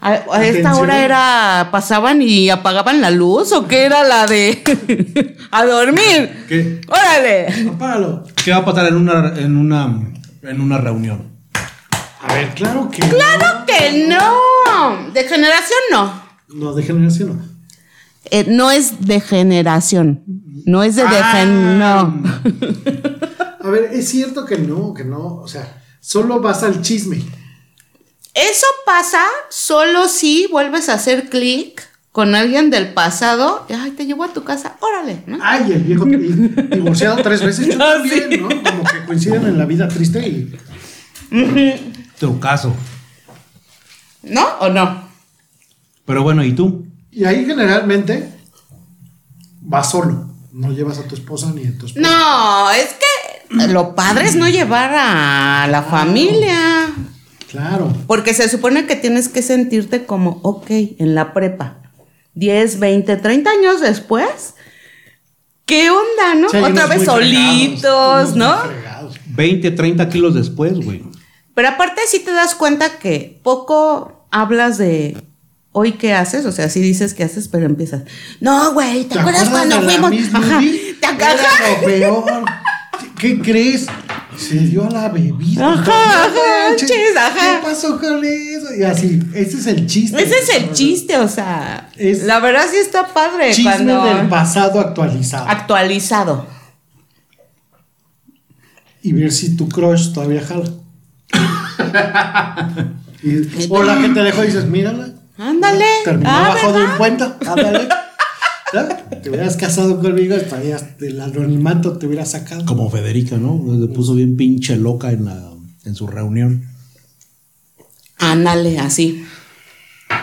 S2: A, a esta
S5: Atención.
S2: hora era, pasaban y apagaban la luz o qué era la de a dormir.
S4: ¿Qué?
S2: Órale.
S5: Apágalo.
S4: ¿Qué va a pasar en una, en una, en una reunión?
S5: A ver, claro que.
S2: Claro que no. De generación no.
S5: No, no de generación no.
S2: Eh, no es de generación. No es de, de gen- no.
S5: A ver, es cierto que no, que no. O sea, solo vas al chisme.
S2: Eso pasa solo si vuelves a hacer clic con alguien del pasado. y, Ay, te llevo a tu casa. Órale, ¿no?
S5: Ay, el viejo di- divorciado tres veces. Yo
S2: Ah,
S5: también, ¿no? Como que coinciden en la vida triste y.
S4: Tu caso.
S2: ¿No o no?
S4: Pero bueno, ¿y tú?
S5: Y ahí generalmente vas solo. No llevas a tu esposa ni a tu esposa.
S2: No, es que lo padre es no llevar a la familia.
S5: Claro.
S2: Porque se supone que tienes que sentirte como, ok, en la prepa. 10, 20, 30 años después. ¿Qué onda, no?
S5: Sí, hay
S2: Otra
S5: unos
S2: vez
S5: muy
S2: solitos,
S5: fregados, unos muy
S2: ¿no?
S5: fregados.
S4: 20, 30 kilos después, güey.
S2: Pero aparte sí te das cuenta que poco hablas de hoy qué haces, o sea, sí dices qué haces, pero empiezas. No, güey, ¿te, acuerdas cuando
S5: de la
S2: fuimos?
S5: Miss
S2: Ajá,
S5: Movie?
S2: ¿te
S5: Era
S2: acuerdas?
S5: lo peor. ¿Qué crees? Se dio a la bebida.
S2: Ajá,
S5: No
S2: ajá,
S5: manches,
S2: chis, ajá.
S5: ¿Qué pasó con eso? Y así, ese es el chiste.
S2: Ese es el chiste, o sea,
S5: Es
S2: la verdad sí está padre
S5: Chisme
S2: cuando
S5: del pasado actualizado.
S2: actualizado.
S5: y ver si tu crush todavía jala. Y- o la que te dejó y dices, mírala.
S2: Ándale.
S5: Terminó
S2: Ah,
S5: abajo de
S2: ¿verdad?
S5: un puente. Ándale. ¿Ya? Te hubieras casado conmigo y todavía del anonimato te hubieras sacado.
S4: Como Federica, ¿no? Se puso bien pinche loca en, la, en su reunión.
S2: Ándale, así.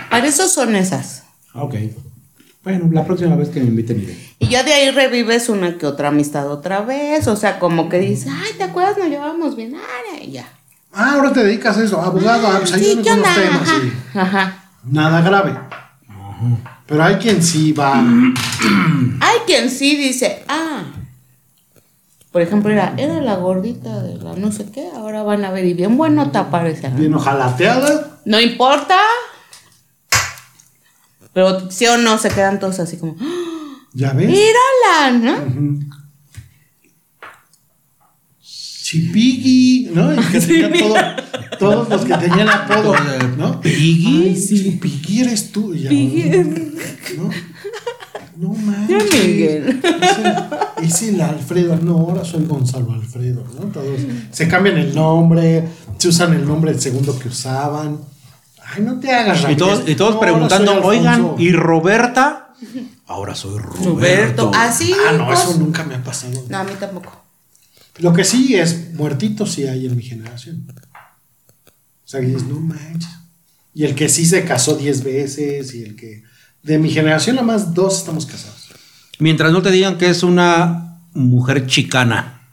S2: Para eso son esas.
S4: Ah, ok. Bueno, la próxima vez que me inviten iré.
S2: Y ya de ahí revives una que otra amistad otra vez, o sea, como que dices, ay, ¿te acuerdas? Nos llevamos bien, ah, y ya.
S5: Ah, ahora te dedicas a eso, abogado, ah, pues ayúdame
S2: ¿qué
S5: con los
S2: onda?
S5: temas.
S2: Ajá,
S5: sí.
S2: Ajá.
S5: Nada grave. Pero hay quien sí va.
S2: Hay quien sí dice, ah. Por ejemplo, era, era la gordita de la no sé qué, ahora van a ver, y bien bueno te aparece. ¿no?
S5: Bien ojalateada.
S2: No importa. Pero sí o no, se quedan todos así como, ¡Ah!
S5: ¿Ya ves?
S2: mírala, ¿no?
S5: Chipigui, ¿no? Y que tenía todo- todos los que tenían apodo, ¿no?
S4: ¿Piggy?
S5: Ay, sí. Piggy eres tú. Y ya, ¿No? No manches.
S2: Ya, Miguel.
S5: Es el, es el Alfredo. No, ahora soy Gonzalo Alfredo, ¿no? Todos se cambian el nombre, se usan el nombre del segundo que usaban. Ay, no te hagas
S4: Y todos, y
S5: Ramírez.
S4: todos
S5: No, ahora
S4: preguntando,
S5: soy Alfonso".
S4: oigan, ¿y Roberta? Ahora soy Roberto.
S2: Roberto, así.
S5: Ah, no,
S2: pues.
S5: eso nunca me ha pasado.
S2: No, a mí tampoco.
S5: Lo que sí es muertito sí hay en mi generación. O sea, que dices, no manches. Y el que sí se casó 10 veces y el que... De mi generación nada más dos estamos casados.
S4: Mientras no te digan que es una mujer chicana.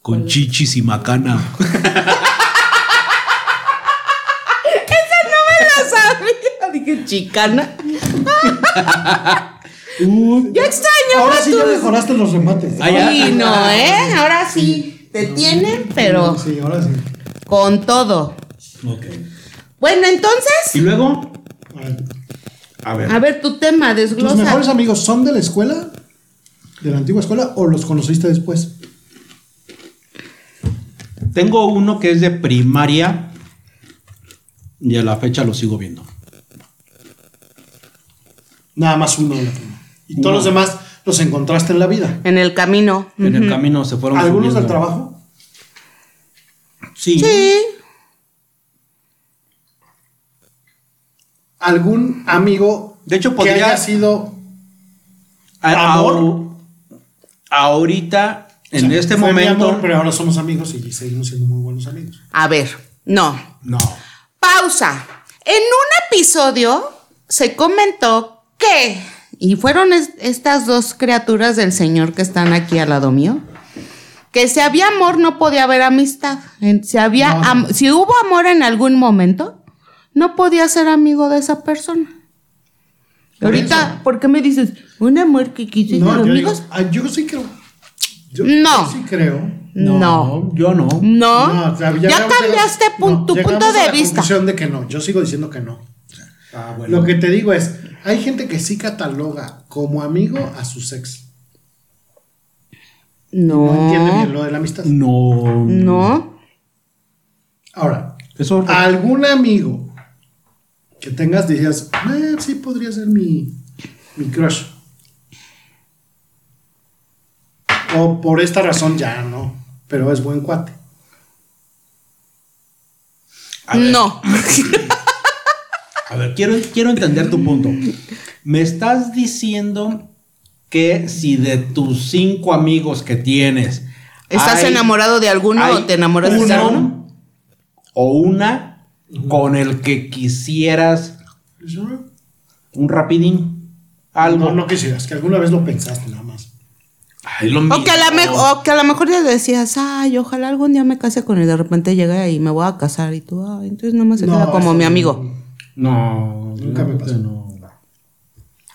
S4: Con chichis y macana.
S2: ¡Esa no me la Qué chicana.
S5: Uy,
S2: Yo extraño
S5: ahora
S2: a
S5: sí
S2: tu-
S5: ya mejoraste los remates.
S4: Ah, ya.
S2: Sí, no, ¿eh? Ahora sí te tienen, pero
S5: Sí, ahora sí.
S2: con todo.
S4: Ok.
S2: Bueno,
S4: Y
S2: entonces,
S4: luego,
S5: A ver.
S4: a ver.
S5: Ah.
S2: a ver tu tema,
S5: ¿Tus
S2: desglosa.
S5: mejores amigos son de la escuela? ¿De la antigua escuela? ¿O los conociste después?
S4: Tengo uno que es de primaria y a la fecha lo sigo viendo.
S5: Nada más uno de la prima. Y todos los demás los encontraste en la vida.
S2: En el camino.
S4: En el camino se fueron.
S5: ¿Algunos del
S4: subiendo.
S5: trabajo?
S4: Sí.
S2: Sí.
S5: ¿Algún amigo
S4: De hecho,
S5: que
S4: podría-
S5: haya sido
S4: A-
S5: Amor.
S4: au- ahorita, en
S5: O sea,
S4: este
S5: fue mi
S4: momento.
S5: amor, pero ahora somos amigos y seguimos siendo muy buenos amigos.
S2: A ver, no.
S5: No.
S2: Pausa. En un episodio se comentó que, y fueron es- estas dos criaturas del Señor que están aquí al lado mío, que si había amor no podía haber amistad. En- Si, había am- si hubo amor en algún momento, no podía ser amigo de esa persona. Y ahorita, ¿por qué me dices un amor que quise
S5: No,
S2: ser
S5: yo, digo,
S2: amigos?
S5: ah, yo sí creo. Yo,
S2: No.
S5: yo sí creo.
S2: no.
S4: yo no.
S2: No.
S5: o sea,
S2: ya
S5: llegamos a la-
S2: cambiaste pun-
S5: no,
S2: tu
S5: llegamos
S2: punto
S5: a
S2: de
S5: la
S2: vista.
S5: conclusión de que no. Yo sigo diciendo que no.
S4: Ah,
S5: Lo que te digo es, hay gente que sí cataloga como amigo a su sex. No entiende bien lo de la amistad.
S4: No.
S2: No. Ah.
S5: Ahora,
S4: Eso.
S5: algún amigo que tengas dirías, eh, sí podría ser mi, mi crush. O por esta razón ya no, pero es buen cuate.
S4: a ver,
S2: No.
S4: A ver, quiero, quiero entender tu punto. Me estás diciendo que si de tus cinco amigos que tienes.
S2: ¿Estás
S4: hay-
S2: enamorado de alguno
S4: hay
S2: o te enamoras de
S4: uno
S2: alguno?
S4: O una con el que quisieras un rapidín. Algo.
S5: No, no quisieras, que alguna vez lo pensaste nada más.
S4: Ay, lo
S2: O que, a la me-
S4: mismo.
S2: o que a lo mejor le decías, ay, ojalá algún día me case con él. De repente llega y me voy a casar y tú, ay, entonces nomás se
S5: No,
S2: queda como
S5: eso
S2: mi
S5: no.
S2: amigo.
S4: No,
S5: Nunca me
S4: claro que
S5: pasó.
S4: no.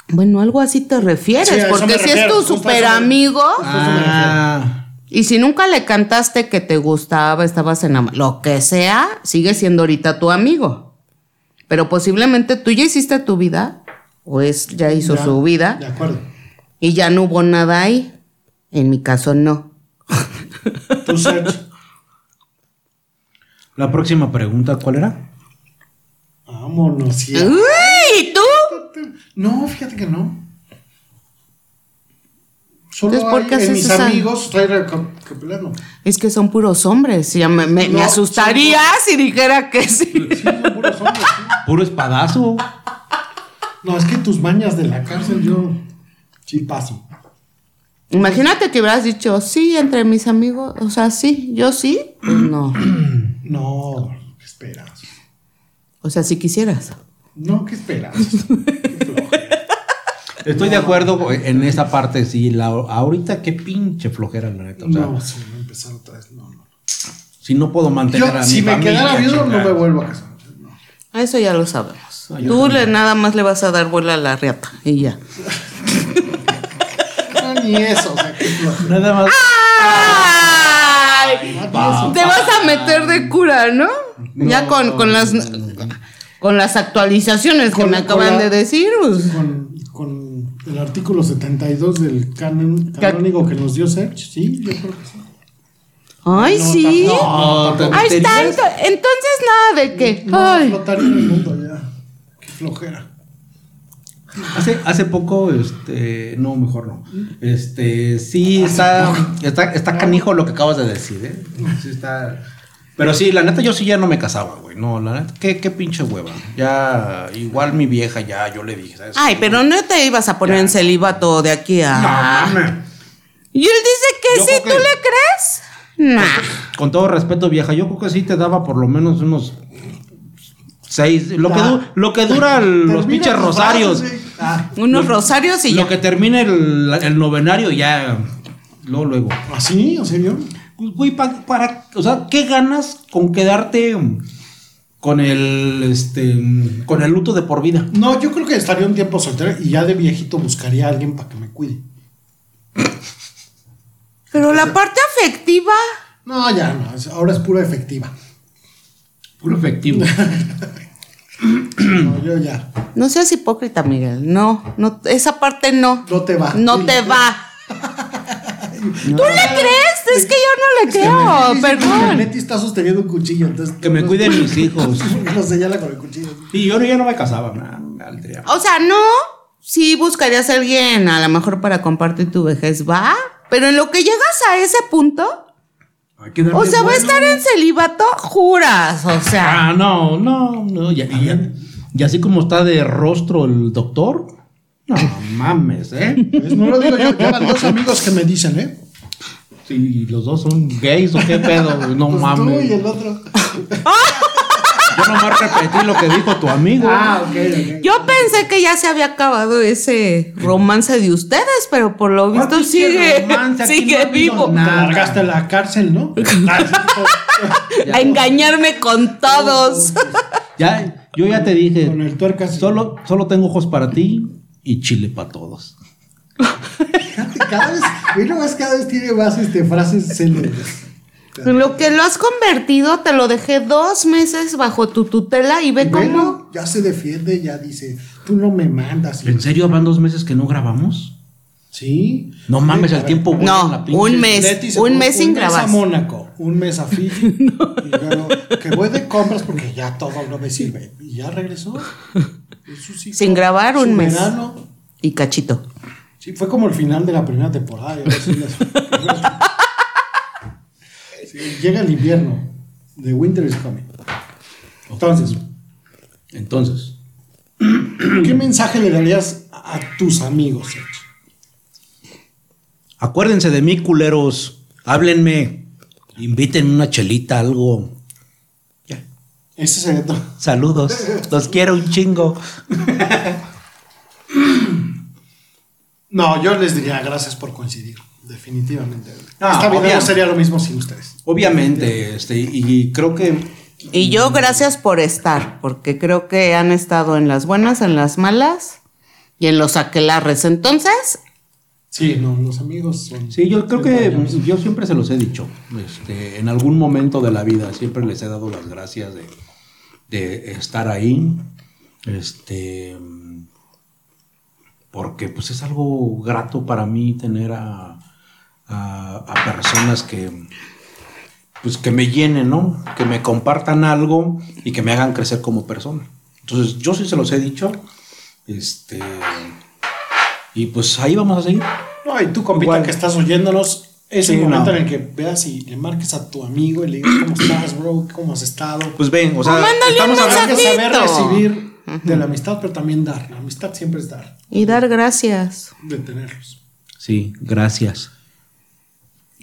S2: Bueno, algo así te refieres,
S5: Sí, a eso
S2: porque
S5: me
S2: si es
S5: refiero,
S2: tu
S5: justo a eso me-
S2: super amigo
S4: Ah,
S2: y si nunca le cantaste que te gustaba, estabas enamorado, lo que sea, sigue siendo ahorita tu amigo. Pero posiblemente tú ya hiciste tu vida, o es, ya hizo
S5: Ya,
S2: su vida.
S5: De acuerdo.
S2: Y ya no hubo nada ahí. En mi caso, no.
S5: Tú, Sergio.
S4: la próxima pregunta, ¿cuál era?
S5: Vámonos. ya.
S2: ¡Uy! ¿Tú?
S5: No, fíjate que no. Solo
S2: Entonces, ¿por qué
S5: hay, en
S2: haces
S5: mis
S2: esa-
S5: amigos trae recapelano.
S2: Es que son puros hombres. Ya me, me- me
S5: No,
S2: asustaría si dijera que sí.
S5: Sí, son puros hombres. sí.
S4: Puro espadazo.
S5: No, es que tus mañas de la cárcel yo sí paso.
S2: Imagínate que hubieras dicho, sí, entre mis amigos. O sea, sí, yo sí. Pues no.
S5: No, ¿qué esperas?
S2: O sea, si quisieras.
S5: No, ¿qué esperas?
S4: Estoy de acuerdo en esa parte, sí. La, ahorita qué pinche flojera, la neta. O sea,
S5: no, sí, no empezar otra vez. No, no.
S4: si no puedo mantener
S5: Yo,
S4: a mi
S5: si me
S4: familia,
S5: quedara viudo, no
S4: chingada.
S5: me vuelvo a casar. No.
S2: Eso ya lo sabemos.
S4: Ah, yo
S2: Tú le, nada más le vas a dar vuelo a la riata y ya.
S5: No, ni eso. O sea, qué flojera.
S4: Nada más.
S2: ¡Ay!
S5: No, ni eso.
S2: Te vas a meter de cura, ¿no? ya con, con las con las actualizaciones que
S5: Con-
S2: me
S5: con
S2: acaban
S5: la-
S2: de decir. pues.
S5: Con, con el artículo 72 del canon canónico que nos dio Serge, sí, yo creo que sí.
S2: Ay,
S5: No,
S2: sí.
S5: tam- no, tampoco.
S2: Ay,
S4: ¿Tonterías?
S2: tanto. Entonces nada de que.
S5: No,
S2: Ay.
S5: flotar en el mundo ya. Qué flojera.
S4: Hace, hace poco, este, no, mejor no. Este, sí, está, está, está canijo lo que acabas de decir, ¿eh? Sí está. Pero sí, la neta, yo sí ya no me casaba, güey. No, la neta, qué, qué pinche hueva. Ya, igual mi vieja, ya, yo le dije, ¿sabes?
S2: Ay, pero no te ibas a poner en celibato de aquí
S4: No,
S2: a.
S4: mames.
S2: Y él dice que
S4: Yo
S2: sí,
S4: creo
S2: ¿tú
S4: que-
S2: le crees? Nah.
S4: Con todo respeto, vieja, yo creo que sí te daba por lo menos unos seis. Lo, que,
S5: Ya.
S4: du- lo que dura el- los
S5: Termina
S4: pinches
S5: tus
S4: rosarios.
S5: frases, güey. Ah,
S2: Unos rosarios y
S4: Lo
S2: ya.
S4: que termina el, el novenario, ya. Luego, luego.
S5: ¿Así? ¿Ah, ¿En serio?
S4: Pues, Güey, pa- para, o sea, ¿qué ganas con quedarte con el este con el luto de por vida.
S5: No, yo creo que estaría un tiempo soltero y ya de viejito buscaría a alguien para que me cuide.
S2: Pero la parte afectiva.
S5: No, ya no, es- ahora es pura efectiva.
S4: Puro efectivo.
S5: No, yo ya.
S2: No seas hipócrita, Miguel. No, no, esa parte no.
S5: No te va.
S2: No te va. ¿Tú le crees? Es que yo no le creo.
S5: El
S2: Perdón.
S5: Leti está sosteniendo un cuchillo, entonces.
S4: que me cuiden mis hijos.
S5: Lo señala con el cuchillo.
S4: Y yo ya no me casaba, nah, me aldría.
S2: O sea, no. Sí buscarías a alguien, a lo mejor para compartir tu vejez, va. Pero en lo que llegas a ese punto,
S4: Hay que darle
S2: o sea, va a
S4: vuelo.
S2: estar en celibato, juras. O sea,
S4: Ah, no, no, no, ya, ya, y así como está de rostro el doctor. No mames, ¿eh?
S5: Pues no lo digo yo, llevan dos amigos que me dicen, ¿eh?
S4: Si los dos son gays o qué pedo, güey, no
S5: Pues tú
S4: mames.
S5: y el otro.
S4: Yo nomás repetí lo que dijo tu amigo.
S5: Ah, ok, ok.
S2: yo pensé que ya se había acabado ese romance de ustedes, pero por lo
S4: ¿Cuál
S2: visto
S4: pinche
S2: sigue,
S4: romance? Aquí no ha
S2: sigue
S4: habido
S2: vivo.
S5: Te
S4: nada.
S5: largaste a la cárcel, ¿no?
S2: A engañarme con todos.
S4: Ya, yo ya te dije.
S5: Con el tuercas.
S4: Solo, solo tengo ojos para ti y chile para todos.
S5: Cada vez, y nomás cada vez tiene más este, frases célebres.
S2: En Lo que lo has convertido, te lo dejé dos meses bajo tu tutela y ve cómo.
S5: Bueno, ya se defiende, ya dice, tú no me mandas.
S4: ¿En serio van dos meses que no grabamos?
S5: Sí.
S4: No mames, el
S5: Para-
S4: tiempo vuela
S2: No,
S4: en la pinche-
S2: un mes.
S5: Leti se
S2: un
S5: fue
S2: mes sin grabar.
S5: Un mes a Mónaco, un mes a Fiji. y luego, que voy de compras porque ya todo no me sirve. Y ya regresó. Eso sí,
S2: Sin
S5: fue-
S2: grabar un
S5: su
S2: mes.
S5: verano.
S2: Y cachito.
S5: Sí, fue como el final de la primera temporada. ya ves, unas- Sí, llega el invierno. The winter is coming. Entonces,
S4: Entonces,
S5: ¿qué mensaje le darías a tus amigos? Sergio?
S4: acuérdense de mí, culeros. Háblenme. Inviten una chelita, algo.
S5: Ese sería todo.
S4: Saludos. Los quiero un chingo.
S5: No, yo les diría gracias por coincidir. Definitivamente.
S4: Ah,
S5: Esta vida no
S4: obviamente.
S5: sería lo mismo sin ustedes.
S4: Obviamente, este, y creo que
S2: Y yo, gracias por estar, porque creo que han estado en las buenas, en las malas y en los aquelarres. Entonces,
S5: Sí, no, los amigos son.
S4: Sí, yo creo que pues, yo siempre se los he dicho. Este, en algún momento de la vida siempre les he dado las gracias de, de estar ahí. Este, porque pues es algo grato para mí tener a, a- a personas que pues que me llenen, ¿no? Que me compartan algo y que me hagan crecer como persona. Entonces, yo sí se los he dicho. Este, y pues ahí vamos a seguir.
S5: No, y tú, compita,
S4: Igual.
S5: que estás oyéndonos, es
S4: Sí,
S5: el momento
S4: no.
S5: en el que veas y le marques a tu amigo y le digas, ¿cómo estás, bro? ¿Cómo has estado?
S4: Pues ven, o sea,
S2: Mándale
S4: estamos
S2: un
S4: hablando
S5: Hay que saber
S2: Exacto.
S5: recibir de la amistad, pero también dar. La amistad siempre es dar,
S2: y dar gracias.
S5: de tenerlos.
S4: Sí, gracias.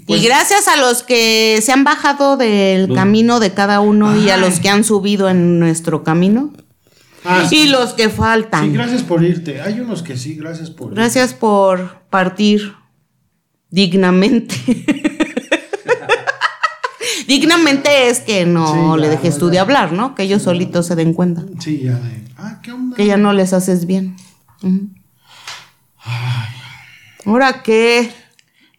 S5: Pues-
S2: y gracias a los que se han bajado del camino de cada uno y a los que han subido en nuestro camino.
S5: Ah, sí.
S2: Y los que faltan.
S5: Sí, gracias por irte. Hay unos que sí, gracias por.
S2: Gracias por partir dignamente. dignamente es que no
S5: Sí,
S2: le
S5: ya,
S2: dejes
S5: ya,
S2: tú de
S5: ya.
S2: hablar, ¿no? Que ellos solitos se den cuenta.
S5: Sí, ya de. Ah, ¿qué onda?
S2: Que ya no les haces bien. Ujú. ¿Ahora qué?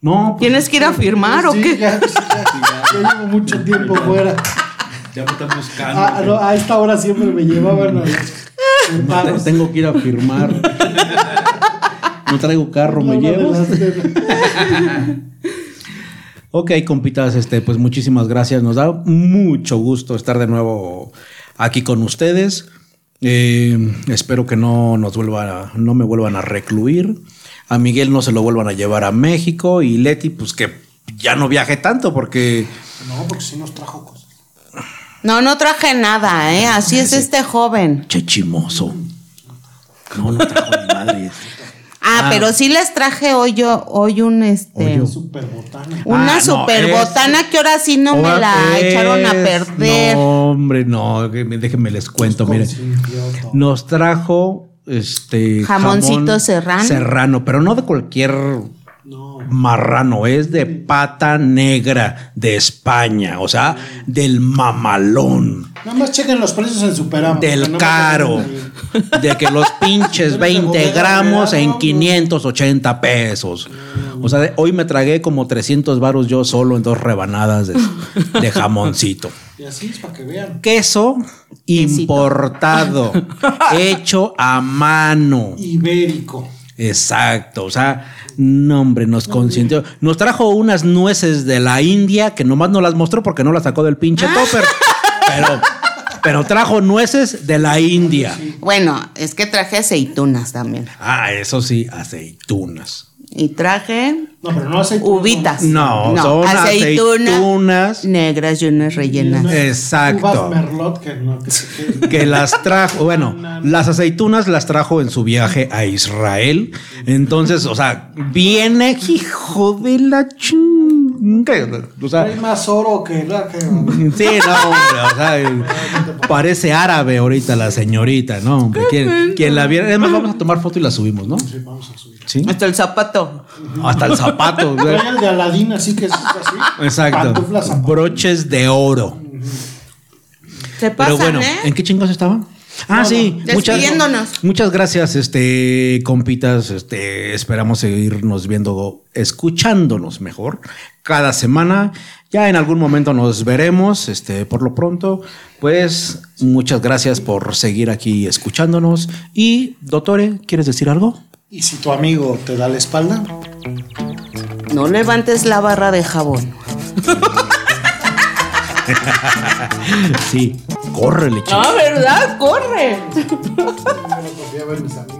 S4: No, pues,
S2: ¿Tienes que ir a firmar o
S5: Sí,
S2: qué?
S5: Ya, sí, ya, ya llevo mucho tiempo fuera.
S4: ya me están buscando.
S5: A, a- no, a esta hora siempre me llevaban a los
S4: No, te-
S5: embarros.
S4: tengo que ir a firmar. no traigo carro, me
S5: Una de
S4: llevas.
S5: las- de-
S4: Ok, compitas, este, pues muchísimas gracias. Nos da mucho gusto estar de nuevo aquí con ustedes. Eh, espero que no nos vuelva, no me vuelvan a recluir. A Miguel no se lo vuelvan a llevar a México. Y Leti, pues que ya no viaje tanto porque
S5: No, porque sí nos trajo cosas.
S2: No, no traje nada, ¿eh? Así es este joven.
S4: Che chimoso. No, no trajo ni madre.
S2: Ah,
S4: Ah.
S2: pero sí les traje hoy yo, hoy un este.
S5: Super botana.
S2: Una
S4: Ah, no,
S2: super botana que ahora sí no me la
S4: Ah, Es-
S2: echaron a perder.
S4: No, hombre, no, que me- déjenme les cuento, miren.
S5: Consintió todo.
S4: Nos trajo este
S2: Jamoncito
S4: jamón
S2: serrano.
S4: Serrano, pero no de cualquier
S5: No,
S4: marrano, es de pata negra de España, o sea, del mamalón,
S5: Nada más chequen los precios en Superama.
S4: del caro, de que los pinches
S5: Pero esa
S4: 20
S5: bodega
S4: gramos
S5: de
S4: en
S5: verano,
S4: 580 pesos. O sea, de- hoy me tragué como 300 varos yo solo en dos rebanadas de, de jamoncito.
S5: Y así es para que vean.
S4: Queso importado, hecho a mano.
S5: Ibérico.
S4: Exacto, o sea, no hombre, nos consintió. Nos trajo unas nueces de la India que nomás no las mostró porque no las sacó del pinche topper. Pero, pero trajo nueces de la India.
S2: Bueno, es que traje aceitunas también.
S4: Ah, eso sí, aceitunas.
S2: Y traje
S5: No, pero no aceite.
S2: uvitas.
S4: No, son aceitunas. Eh.
S2: negras y unas rellenas.
S4: Exacto.
S5: Uvas merlot que no. Que, se-
S4: que las trajo, bueno, las aceitunas las trajo en su viaje a Israel. Entonces, o sea, viene hijo de la chunga. O
S5: Hay
S4: sea,
S5: más oro que la que.
S4: sí, no, hombre, o sea, eh, parece árabe ahorita la señorita, ¿no? Hombre, quien, quien la viera, además vamos a tomar foto y la subimos, ¿no? Sí, vamos a subir. Sí,
S2: Hasta el zapato.
S4: hasta el zapato. güey.
S5: Trae el de Aladín, así que es así.
S4: Exacto.
S5: Pantuflas, zapatos.
S4: Broches de oro.
S2: Se
S4: Pero
S2: pasan,
S4: bueno,
S2: ¿eh?
S4: ¿en qué chingados estaban? Ah, sí,
S2: Despidiéndonos.
S4: muchas, muchas gracias, este, compitas. Este, esperamos seguirnos viendo, escuchándonos mejor cada semana. Ya en algún momento nos veremos. Este, por lo pronto, pues muchas gracias por seguir aquí escuchándonos. Y, doctore, ¿quieres decir algo?
S5: Y si tu amigo te da la espalda,
S2: No levantes la barra de jabón.
S4: Sí, córrele, chico.
S2: No, ¿verdad? Corre.
S5: voy a ver mis amigos.